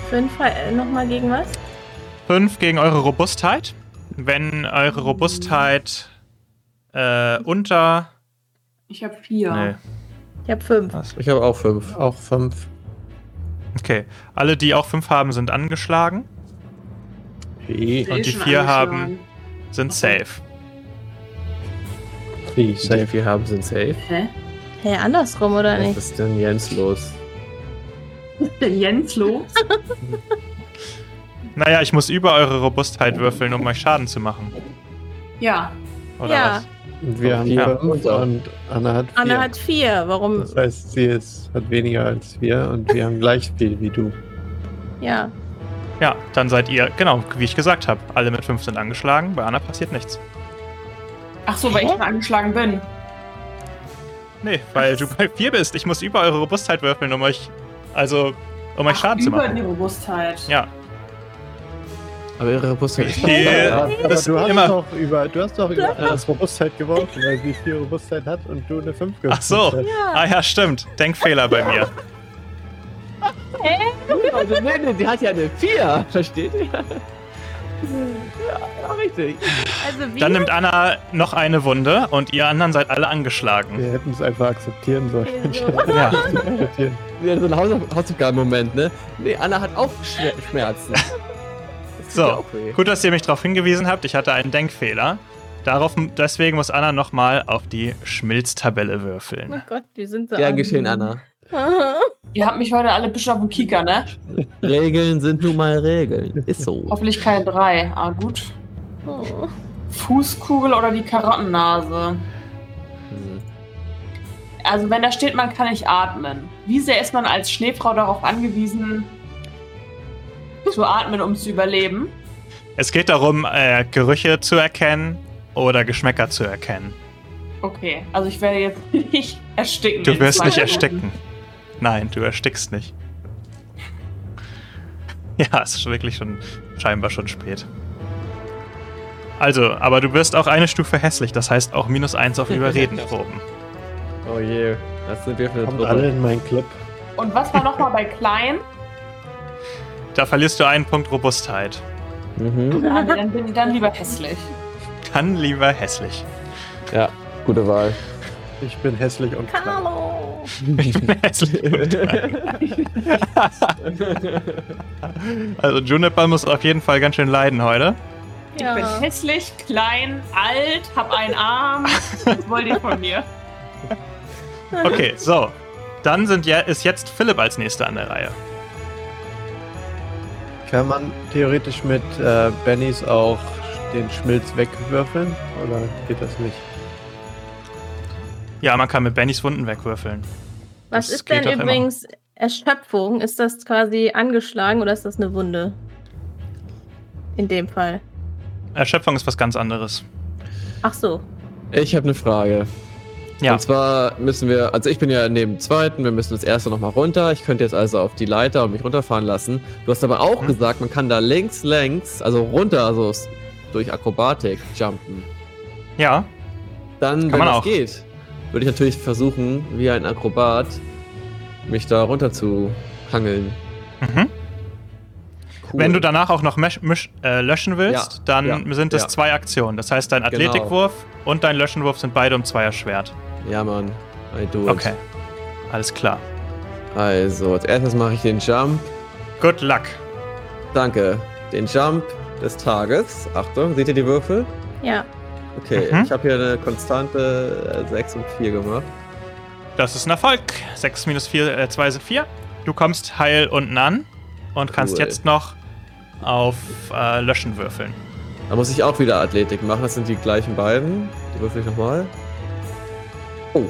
[SPEAKER 6] Fünf äh, nochmal gegen was?
[SPEAKER 2] 5 gegen eure Robustheit. Wenn eure Robustheit äh, unter.
[SPEAKER 3] Ich habe vier.
[SPEAKER 6] Ich hab fünf.
[SPEAKER 2] was?
[SPEAKER 4] Ich habe auch fünf.
[SPEAKER 5] Auch fünf.
[SPEAKER 2] Okay. Alle, die auch 5 haben, sind angeschlagen,
[SPEAKER 5] Wie?
[SPEAKER 3] Der
[SPEAKER 2] Und
[SPEAKER 3] ist
[SPEAKER 2] die
[SPEAKER 3] schon
[SPEAKER 2] vier
[SPEAKER 3] angeschlagen.
[SPEAKER 2] haben- sind safe.
[SPEAKER 5] Wie?
[SPEAKER 4] Die
[SPEAKER 5] Safe.
[SPEAKER 4] vier haben sind safe.
[SPEAKER 3] Hä?
[SPEAKER 6] Hä, andersrum, oder
[SPEAKER 4] Was
[SPEAKER 6] nicht?
[SPEAKER 4] ist denn Jens los?
[SPEAKER 3] Der Jens los?
[SPEAKER 2] Naja, ich muss über eure Robustheit würfeln, um euch Schaden zu machen.
[SPEAKER 3] ja.
[SPEAKER 2] Oder
[SPEAKER 6] Ja.
[SPEAKER 2] was?
[SPEAKER 5] Und wir haben
[SPEAKER 4] Ja.
[SPEAKER 5] fünf und Anna hat vier.
[SPEAKER 6] Anna hat vier. Warum?
[SPEAKER 5] das heißt, sie ist, hat weniger als wir und wir haben gleich viel wie du.
[SPEAKER 6] Ja.
[SPEAKER 2] Ja, dann seid ihr, genau, wie ich gesagt habe, alle mit 5 sind angeschlagen, bei Anna passiert nichts.
[SPEAKER 3] Ach so, weil ich schon angeschlagen bin.
[SPEAKER 2] Nee, weil du bei 4 bist. Ich muss über eure Robustheit würfeln, um euch, also, um euch Schaden zu
[SPEAKER 3] über
[SPEAKER 2] machen.
[SPEAKER 3] die Robustheit.
[SPEAKER 2] Ja,
[SPEAKER 4] Aber ihre Robustheit ist
[SPEAKER 2] Ja.
[SPEAKER 5] aber
[SPEAKER 2] das
[SPEAKER 5] du hast
[SPEAKER 2] immer-
[SPEAKER 5] doch über, du hast doch über Annas Robustheit geworfen, weil sie vier Robustheit hat und du eine fünf
[SPEAKER 2] Ach so.
[SPEAKER 5] gewürfelt
[SPEAKER 2] ah ja, stimmt. Denkfehler bei mir.
[SPEAKER 4] Also, nee, nee, die hat ja eine 4, versteht ihr? Ja, ja, richtig.
[SPEAKER 6] Also wir.
[SPEAKER 2] Dann nimmt Anna noch eine Wunde und ihr anderen seid alle
[SPEAKER 5] hast.
[SPEAKER 2] angeschlagen.
[SPEAKER 5] Wir hätten es einfach akzeptieren sollen.
[SPEAKER 6] Ja.
[SPEAKER 5] Statt
[SPEAKER 2] Ja.
[SPEAKER 5] es zu akzeptieren.
[SPEAKER 4] Wieder so ein Hausauf Hausaufgaben-Moment, ne? Nee, Anna hat auch Schre- Schmerzen. Das tut
[SPEAKER 2] So,
[SPEAKER 4] ja auch weh.
[SPEAKER 2] Gut, dass ihr mich darauf hingewiesen habt. Ich hatte einen Denkfehler. Darauf, deswegen muss Anna nochmal auf die Schmilztabelle
[SPEAKER 6] Oh
[SPEAKER 2] würfeln.
[SPEAKER 6] Gott, wir sind so.
[SPEAKER 4] Gern
[SPEAKER 6] arm.
[SPEAKER 4] geschehen, Anna.
[SPEAKER 3] Ihr habt mich heute alle bisschen auf dem Kieker, ne?
[SPEAKER 4] Regeln sind nun mal Regeln. Ist so.
[SPEAKER 3] Hoffentlich keine drei. Ah, gut.
[SPEAKER 6] Oh.
[SPEAKER 3] Fußkugel oder die Karottennase?
[SPEAKER 4] Hm.
[SPEAKER 3] Also, wenn da steht, man kann nicht atmen. Wie sehr ist man als Schneefrau darauf angewiesen, zu atmen, um zu überleben?
[SPEAKER 2] Es geht darum, äh, Gerüche zu erkennen oder Geschmäcker zu erkennen.
[SPEAKER 3] Okay, also ich werde jetzt nicht ersticken.
[SPEAKER 2] Du
[SPEAKER 3] in
[SPEAKER 2] wirst
[SPEAKER 3] zwei
[SPEAKER 2] nicht
[SPEAKER 3] Minuten.
[SPEAKER 2] ersticken. Nein, du erstickst nicht. Ja, es ist wirklich schon scheinbar schon spät. Also, aber du wirst auch eine Stufe hässlich, das heißt auch minus eins auf Überreden proben.
[SPEAKER 4] Oh je, das sind wir für eine
[SPEAKER 5] Kommt alle
[SPEAKER 4] Truppe.
[SPEAKER 5] in meinen Club.
[SPEAKER 3] Und was war nochmal bei klein?
[SPEAKER 2] Da verlierst du einen Punkt Robustheit.
[SPEAKER 4] Mhm.
[SPEAKER 3] Ah, nee, dann bin ich dann lieber hässlich.
[SPEAKER 2] Dann lieber hässlich.
[SPEAKER 4] Ja, gute Wahl.
[SPEAKER 5] Ich bin hässlich und klein.
[SPEAKER 6] Carlo.
[SPEAKER 2] Ich bin hässlich. und klein. also Juniper muss auf jeden Fall ganz schön leiden heute.
[SPEAKER 3] Ich bin hässlich, klein, alt, hab einen Arm. Was wollt ihr von mir?
[SPEAKER 2] Okay, so. Dann sind ja, ist jetzt Philipp als nächster an der Reihe.
[SPEAKER 5] Kann man theoretisch mit äh, Bennys auch den Schmilz wegwürfeln? Oder geht das nicht?
[SPEAKER 2] Ja, man kann mit Bennys Wunden wegwürfeln.
[SPEAKER 6] Was
[SPEAKER 2] Das
[SPEAKER 6] ist
[SPEAKER 2] geht
[SPEAKER 6] denn
[SPEAKER 2] doch immer.
[SPEAKER 6] übrigens Erschöpfung? Ist das quasi angeschlagen oder ist das eine Wunde? In dem Fall.
[SPEAKER 2] Erschöpfung ist was ganz anderes.
[SPEAKER 6] Ach so.
[SPEAKER 4] Ich habe eine Frage.
[SPEAKER 2] Ja,
[SPEAKER 4] Und zwar müssen wir, also ich bin ja neben dem zweiten, wir müssen das erste nochmal runter. Ich könnte jetzt also auf die Leiter und mich runterfahren lassen. Du hast aber auch
[SPEAKER 2] Mhm.
[SPEAKER 4] gesagt, man kann da links, längs, also runter, also s- durch Akrobatik jumpen.
[SPEAKER 2] ja.
[SPEAKER 4] Dann, wenn
[SPEAKER 2] man
[SPEAKER 4] das
[SPEAKER 2] auch.
[SPEAKER 4] geht, würde ich natürlich versuchen, wie ein Akrobat, mich da runter zu hangeln.
[SPEAKER 2] Mhm.
[SPEAKER 4] Cool.
[SPEAKER 2] Wenn du danach auch noch mesch, misch, äh, löschen willst,
[SPEAKER 4] Ja,
[SPEAKER 2] dann
[SPEAKER 4] ja,
[SPEAKER 2] sind es
[SPEAKER 4] ja.
[SPEAKER 2] zwei Aktionen. Das heißt, dein
[SPEAKER 4] Genau.
[SPEAKER 2] Athletikwurf und dein Löschenwurf sind beide um zweier Schwert.
[SPEAKER 4] Ja, Mann. I do it.
[SPEAKER 2] Okay. Alles klar.
[SPEAKER 4] Also, als erstes mache ich den Jump.
[SPEAKER 2] Good luck.
[SPEAKER 4] Danke. Den Jump des Tages. Achtung, seht ihr die Würfel?
[SPEAKER 6] Ja.
[SPEAKER 4] Okay,
[SPEAKER 2] Mhm.
[SPEAKER 4] ich habe hier eine konstante äh, 6 und 4 gemacht.
[SPEAKER 2] Das ist ein Erfolg. 6 minus 4, äh, 2 sind 4. Du kommst heil unten an und kannst
[SPEAKER 4] Cool.
[SPEAKER 2] jetzt noch auf äh, Löschen würfeln.
[SPEAKER 4] Da muss ich auch wieder Athletik machen. Das sind die gleichen beiden. Die würfel ich nochmal. Oh.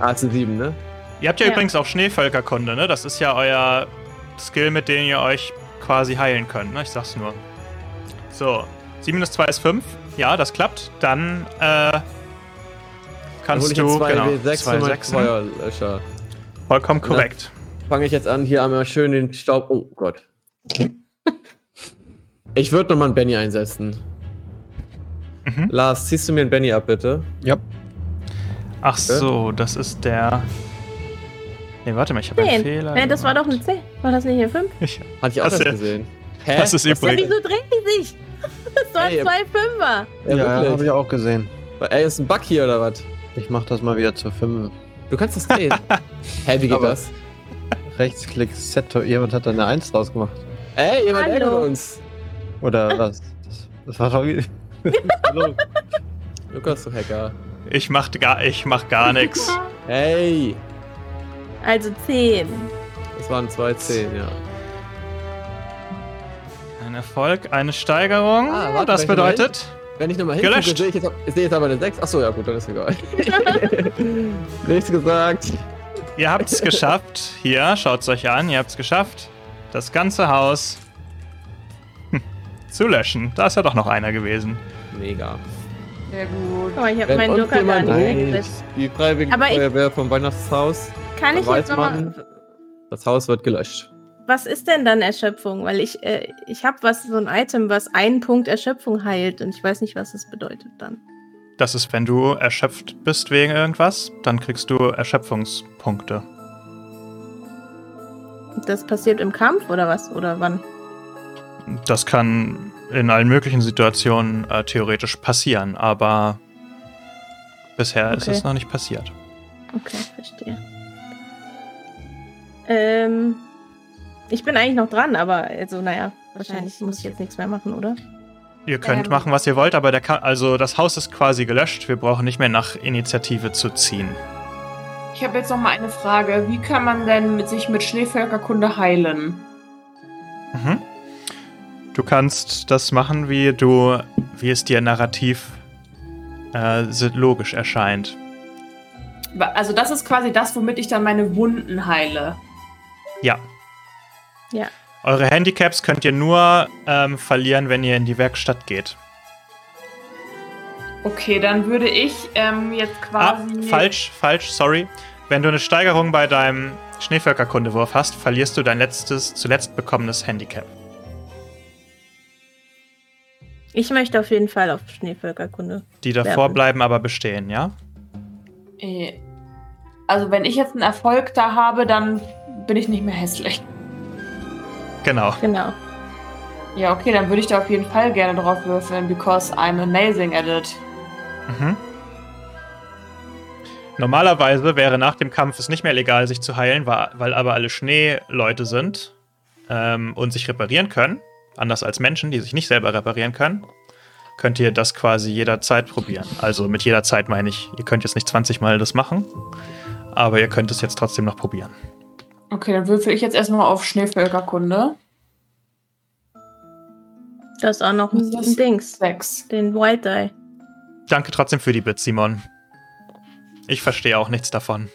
[SPEAKER 4] Ah, es sind sieben, ne?
[SPEAKER 2] Ihr habt ja,
[SPEAKER 6] Ja.
[SPEAKER 2] übrigens auch Schneevölkerkunde, ne? Das ist ja euer Skill, mit dem ihr euch quasi heilen könnt, ne? Ich sag's nur. So. 7 minus 2 ist 5. Ja, das klappt. Dann, äh.
[SPEAKER 4] Dann hol
[SPEAKER 2] Kannst
[SPEAKER 4] ich jetzt
[SPEAKER 2] du.
[SPEAKER 4] zwei
[SPEAKER 2] Genau.
[SPEAKER 4] W6
[SPEAKER 2] zwei
[SPEAKER 4] für meinen
[SPEAKER 2] Sechsen.
[SPEAKER 4] Feuerlöscher.
[SPEAKER 2] Vollkommen korrekt.
[SPEAKER 4] Fange ich jetzt an, hier einmal schön den Staub. Oh Gott. Ich würde nochmal einen Benny einsetzen.
[SPEAKER 2] Mhm.
[SPEAKER 4] Lars, ziehst du mir einen Benny ab, bitte?
[SPEAKER 5] Ja,
[SPEAKER 2] Ach so, das ist der. Nee, warte mal, ich habe einen
[SPEAKER 6] Zehn.
[SPEAKER 2] Fehler.
[SPEAKER 6] Äh, das war doch
[SPEAKER 2] gemacht.
[SPEAKER 6] eine 10. War das nicht eine 5?
[SPEAKER 2] Ich,
[SPEAKER 4] Hatte ich auch
[SPEAKER 2] Das
[SPEAKER 4] das
[SPEAKER 2] ist-
[SPEAKER 4] gesehen. Hä?
[SPEAKER 2] das ist
[SPEAKER 4] Was
[SPEAKER 6] Ja,
[SPEAKER 2] übrig.
[SPEAKER 4] denn?
[SPEAKER 6] wieso drehen die sich? Das waren
[SPEAKER 4] Ey,
[SPEAKER 6] zwei Fünfer.
[SPEAKER 4] Ja,
[SPEAKER 5] ja, habe
[SPEAKER 4] wirklich.
[SPEAKER 5] ich auch gesehen.
[SPEAKER 4] Ey, ist ein Bug hier oder was?
[SPEAKER 5] Ich mach das mal wieder zur 5.
[SPEAKER 4] Du kannst das drehen. Hä, wie geht
[SPEAKER 5] Aber-
[SPEAKER 4] das?
[SPEAKER 5] Rechtsklick, Set. to- Jemand hat da eine 1 draus gemacht.
[SPEAKER 4] Ey, jemand
[SPEAKER 6] Hallo.
[SPEAKER 4] ärgert uns.
[SPEAKER 5] Oder was? Das, das war doch wie.
[SPEAKER 4] Lukas, du Oh Hacker.
[SPEAKER 2] ich mach gar, ich mach gar nichts.
[SPEAKER 4] Hey,
[SPEAKER 6] Also 10.
[SPEAKER 4] das waren zwei Zehn, ja.
[SPEAKER 2] Ein Erfolg, eine Steigerung.
[SPEAKER 4] Ah, warte,
[SPEAKER 2] das
[SPEAKER 4] welchen
[SPEAKER 2] bedeutet.
[SPEAKER 4] Wenn ich nochmal hingucke,
[SPEAKER 2] Gelöscht.
[SPEAKER 4] sehe ich, jetzt, ich sehe jetzt aber eine 6. Achso, ja gut, dann ist egal. Nichts gesagt.
[SPEAKER 2] Ihr habt es geschafft. Hier, schaut es euch an. Ihr habt es geschafft, das ganze Haus hm, zu löschen. Da ist ja doch noch einer gewesen.
[SPEAKER 4] Mega.
[SPEAKER 3] Sehr gut.
[SPEAKER 6] Guck mal, ich habe
[SPEAKER 4] Wenn
[SPEAKER 6] meinen
[SPEAKER 4] uns
[SPEAKER 6] Joker gar
[SPEAKER 4] jemand
[SPEAKER 6] nicht
[SPEAKER 4] ruft,
[SPEAKER 6] eingesetzt.
[SPEAKER 4] die Freiwillige
[SPEAKER 6] Aber ich-
[SPEAKER 4] Feuerwehr vom Weihnachtshaus,
[SPEAKER 6] Kann ich
[SPEAKER 4] weiß
[SPEAKER 6] jetzt nochmal.
[SPEAKER 4] man, das Haus wird gelöscht.
[SPEAKER 6] Was ist denn dann Erschöpfung? Weil ich, äh, ich habe was, so ein Item, was einen Punkt Erschöpfung heilt und ich weiß nicht, was das bedeutet dann.
[SPEAKER 2] Das ist, wenn du erschöpft bist wegen irgendwas, dann kriegst du Erschöpfungspunkte.
[SPEAKER 6] Und Das passiert im Kampf oder was? Oder wann?
[SPEAKER 2] Das kann in allen möglichen Situationen äh, theoretisch passieren, aber bisher ist
[SPEAKER 6] Okay.
[SPEAKER 2] es noch nicht passiert.
[SPEAKER 6] Okay, verstehe. Ähm, ich bin eigentlich noch dran, aber also naja, wahrscheinlich muss ich jetzt nichts mehr machen, oder?
[SPEAKER 2] Ihr könnt
[SPEAKER 3] Ähm.
[SPEAKER 2] machen, was ihr wollt, aber der Ka- also das Haus ist quasi gelöscht. Wir brauchen nicht mehr nach Initiative zu ziehen.
[SPEAKER 3] Ich habe jetzt noch mal eine Frage. Wie kann man denn mit, sich mit Schneevölkerkunde heilen?
[SPEAKER 2] Mhm. Du kannst das machen, wie du, wie es dir narrativ äh, si- logisch erscheint.
[SPEAKER 3] Also das ist quasi das, womit ich dann meine Wunden heile.
[SPEAKER 2] Ja.
[SPEAKER 6] Ja.
[SPEAKER 2] Eure Handicaps könnt ihr nur ähm, verlieren, wenn ihr in die Werkstatt geht.
[SPEAKER 3] Okay, dann würde ich ähm, jetzt
[SPEAKER 2] Ah,
[SPEAKER 3] quasi...
[SPEAKER 2] falsch, falsch, sorry. Wenn du eine Steigerung bei deinem Schneevölkerkundewurf hast, verlierst du dein letztes, zuletzt bekommenes Handicap.
[SPEAKER 6] Ich möchte auf jeden Fall auf Schneevölkerkunde.
[SPEAKER 2] Die davor
[SPEAKER 6] Werfen.
[SPEAKER 2] bleiben aber bestehen, ja?
[SPEAKER 3] Äh, Also wenn ich jetzt einen Erfolg da habe, dann bin ich nicht mehr hässlich.
[SPEAKER 2] Genau.
[SPEAKER 6] Genau.
[SPEAKER 3] Ja, okay, dann würde ich da auf jeden Fall gerne drauf würfeln, because I'm amazing at it.
[SPEAKER 2] Mhm. Normalerweise wäre nach dem Kampf es nicht mehr legal, sich zu heilen, wa- weil aber alle Schneeleute sind ähm, und sich reparieren können. Anders als Menschen, die sich nicht selber reparieren können, könnt ihr das quasi jederzeit probieren. Also mit jeder Zeit meine ich, ihr könnt jetzt nicht 20 Mal das machen, aber ihr könnt es jetzt trotzdem noch probieren.
[SPEAKER 3] Okay, dann würfel ich jetzt erstmal auf Schneevölkerkunde.
[SPEAKER 6] Das ist auch noch ein
[SPEAKER 3] Das-
[SPEAKER 6] Dings.
[SPEAKER 3] Sechs.
[SPEAKER 6] Den Wild Eye.
[SPEAKER 2] Danke trotzdem für die Bits, Simon. Ich verstehe auch nichts davon.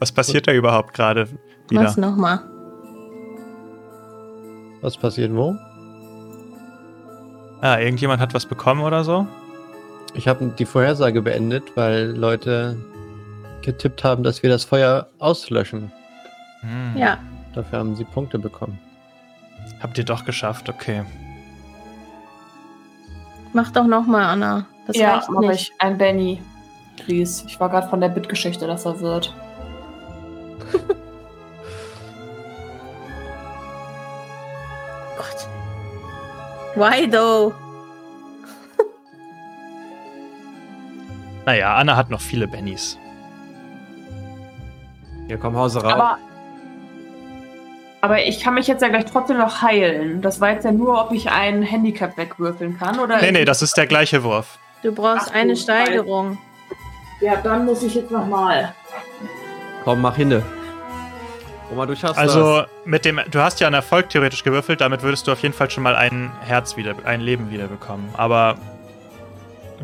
[SPEAKER 2] Was passiert da überhaupt gerade wieder?
[SPEAKER 6] Was nochmal?
[SPEAKER 5] Was passiert wo?
[SPEAKER 2] Ah, irgendjemand hat was bekommen oder so?
[SPEAKER 5] Ich habe die Vorhersage beendet, weil Leute getippt haben, dass wir das Feuer auslöschen.
[SPEAKER 2] Hm.
[SPEAKER 6] Ja.
[SPEAKER 5] Dafür haben sie Punkte bekommen.
[SPEAKER 2] Habt ihr doch geschafft, okay.
[SPEAKER 6] Mach doch nochmal, Anna. Das
[SPEAKER 3] ja,
[SPEAKER 6] reicht
[SPEAKER 3] mach
[SPEAKER 6] nicht.
[SPEAKER 3] ich. Ein Benny. Please. Ich war gerade von der Bittgeschichte, dass er wird.
[SPEAKER 6] Gott. Why though?
[SPEAKER 2] Naja, Anna hat noch viele Bennys.
[SPEAKER 4] Ja, komm, Hause raus.
[SPEAKER 3] Aber, aber ich kann mich jetzt ja gleich trotzdem noch heilen. Das war jetzt ja nur, ob ich ein Handicap wegwürfeln kann, oder?
[SPEAKER 2] Nee, nee, das ist der gleiche Wurf.
[SPEAKER 6] Du brauchst
[SPEAKER 3] Ach,
[SPEAKER 6] eine
[SPEAKER 3] du
[SPEAKER 6] Steigerung.
[SPEAKER 3] Ja, dann muss ich jetzt nochmal.
[SPEAKER 4] komm, mach hinne. Oma, du schaffst
[SPEAKER 2] Also mit dem, du hast ja einen Erfolg theoretisch gewürfelt, damit würdest du auf jeden Fall schon mal ein Herz wieder, ein Leben wiederbekommen. Aber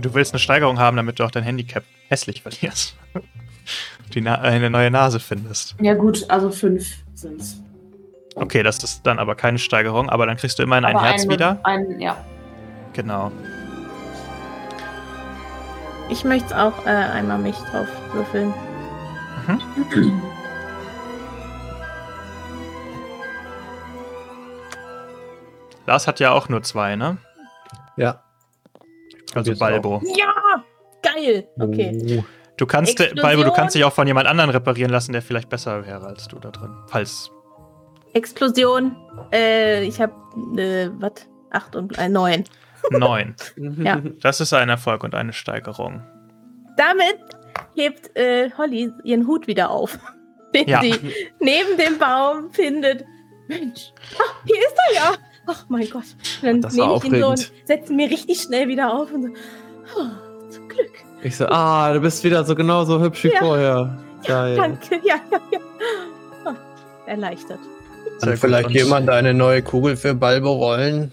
[SPEAKER 2] du willst eine Steigerung haben, damit du auch dein Handicap hässlich verlierst. Die Na eine neue Nase findest.
[SPEAKER 3] Ja, gut, also fünf sind's.
[SPEAKER 2] Okay, das ist dann aber keine Steigerung, aber dann kriegst du immerhin ein
[SPEAKER 3] Aber
[SPEAKER 2] Herz
[SPEAKER 3] einen-
[SPEAKER 2] wieder.
[SPEAKER 3] Einen, ja.
[SPEAKER 2] Genau.
[SPEAKER 6] Ich möchte auch äh, einmal mich drauf würfeln.
[SPEAKER 2] Lars hat ja auch nur zwei, ne?
[SPEAKER 5] Ja.
[SPEAKER 2] Also
[SPEAKER 5] Probier's
[SPEAKER 2] Balbo.
[SPEAKER 6] Ja! Geil! Okay.
[SPEAKER 5] Oh.
[SPEAKER 2] Du kannst, äh,
[SPEAKER 6] Explosion.
[SPEAKER 2] Balbo, du kannst dich auch von jemand anderen reparieren lassen, der vielleicht besser wäre als du da drin. Falls.
[SPEAKER 6] Explosion. Äh, ich habe äh, was? Acht und äh, neun.
[SPEAKER 2] Neun.
[SPEAKER 6] Ja.
[SPEAKER 2] Das ist ein Erfolg und eine Steigerung.
[SPEAKER 6] Damit hebt äh, Holly ihren Hut wieder auf, den
[SPEAKER 2] Ja.
[SPEAKER 6] sie neben dem Baum findet. Mensch, ach, hier ist er ja. Ach mein Gott. Und dann
[SPEAKER 4] Das war
[SPEAKER 6] nehme ich ihn so und
[SPEAKER 4] aufregend.
[SPEAKER 6] setze ihn mir richtig schnell wieder auf und so. Oh, zum Glück.
[SPEAKER 4] Ich so, ah, du bist wieder so genauso hübsch wie
[SPEAKER 6] Ja.
[SPEAKER 4] vorher. Geil.
[SPEAKER 6] Danke. Ja, ja, ja. Ah, Erleichtert.
[SPEAKER 2] Sehr
[SPEAKER 5] Kann
[SPEAKER 2] gut.
[SPEAKER 5] vielleicht
[SPEAKER 2] Und-
[SPEAKER 5] jemand eine neue Kugel für Balbo rollen?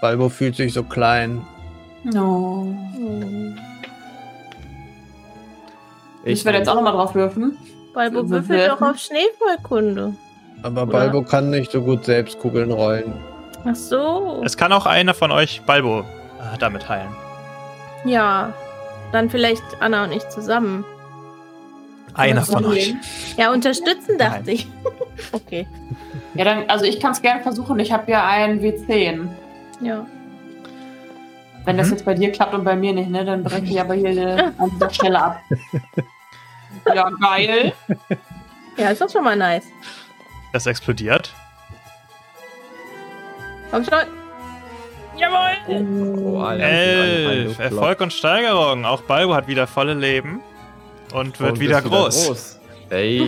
[SPEAKER 5] Balbo fühlt sich so klein.
[SPEAKER 3] No.
[SPEAKER 6] Hm.
[SPEAKER 3] Ich, werde jetzt auch nochmal drauf würfen.
[SPEAKER 6] Balbo
[SPEAKER 3] Wir
[SPEAKER 6] würfelt doch
[SPEAKER 3] werfen.
[SPEAKER 6] auf Schneeballkunde.
[SPEAKER 5] Aber
[SPEAKER 3] Oder?
[SPEAKER 5] Balbo kann nicht so gut selbst Kugeln rollen.
[SPEAKER 6] Ach so.
[SPEAKER 2] Es kann auch einer von euch Balbo äh, damit heilen.
[SPEAKER 6] Ja. Dann vielleicht Anna und ich zusammen.
[SPEAKER 2] Einer von euch.
[SPEAKER 6] Ja, unterstützen dachte
[SPEAKER 2] Nein.
[SPEAKER 6] ich. okay.
[SPEAKER 3] Ja, dann, also ich kann es gerne versuchen. Ich habe ja ein W10.
[SPEAKER 6] Ja.
[SPEAKER 3] Wenn das
[SPEAKER 2] Mhm.
[SPEAKER 3] jetzt bei dir klappt und bei mir nicht, ne, dann breche ich aber hier äh, an dieser Stelle ab. Ja, geil.
[SPEAKER 6] Ja, ist doch schon mal nice.
[SPEAKER 2] Das explodiert.
[SPEAKER 6] Komm schon. Jawohl!
[SPEAKER 4] Oh, Alter,
[SPEAKER 2] Elf.
[SPEAKER 4] Alter,
[SPEAKER 2] Erfolg und Steigerung. Auch Balbo hat wieder volle Leben. Und wird
[SPEAKER 4] Und
[SPEAKER 2] wieder
[SPEAKER 4] bist
[SPEAKER 2] groß.
[SPEAKER 4] Ey,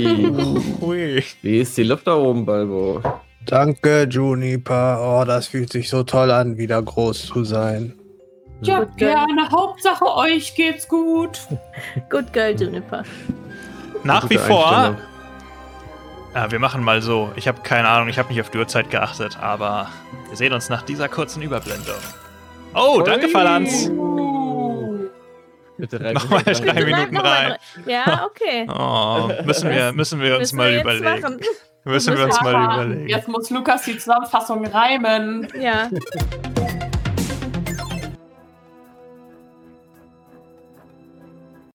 [SPEAKER 2] Hui.
[SPEAKER 4] wie ist die Luft da oben, Balbo?
[SPEAKER 5] Danke, Juniper. Oh, das fühlt sich so toll an, wieder groß zu sein.
[SPEAKER 3] Ja,
[SPEAKER 6] Gut,
[SPEAKER 3] gerne. Hauptsache euch geht's gut.
[SPEAKER 6] Good girl, Juniper.
[SPEAKER 2] Nach
[SPEAKER 4] Gute
[SPEAKER 2] wie vor.
[SPEAKER 4] Einstellung.
[SPEAKER 2] Ja, wir machen mal so. Ich habe keine Ahnung, ich habe nicht auf die Uhrzeit geachtet, aber wir sehen uns nach dieser kurzen Überblendung. Oh, danke,
[SPEAKER 4] Ui.
[SPEAKER 2] Phalanx.
[SPEAKER 3] Oh.
[SPEAKER 4] Bitte rein.
[SPEAKER 2] Nochmal drei
[SPEAKER 6] Bitte
[SPEAKER 2] Minuten
[SPEAKER 6] sag noch mal
[SPEAKER 2] rein.
[SPEAKER 6] drei. Ja, okay.
[SPEAKER 2] Oh, müssen wir, müssen wir uns
[SPEAKER 6] Müssen
[SPEAKER 2] mal
[SPEAKER 6] wir jetzt
[SPEAKER 2] überlegen.
[SPEAKER 6] machen.
[SPEAKER 2] Müssen wir uns mal
[SPEAKER 3] Aber
[SPEAKER 2] überlegen.
[SPEAKER 3] Jetzt muss Lukas die Zusammenfassung reimen.
[SPEAKER 6] Ja.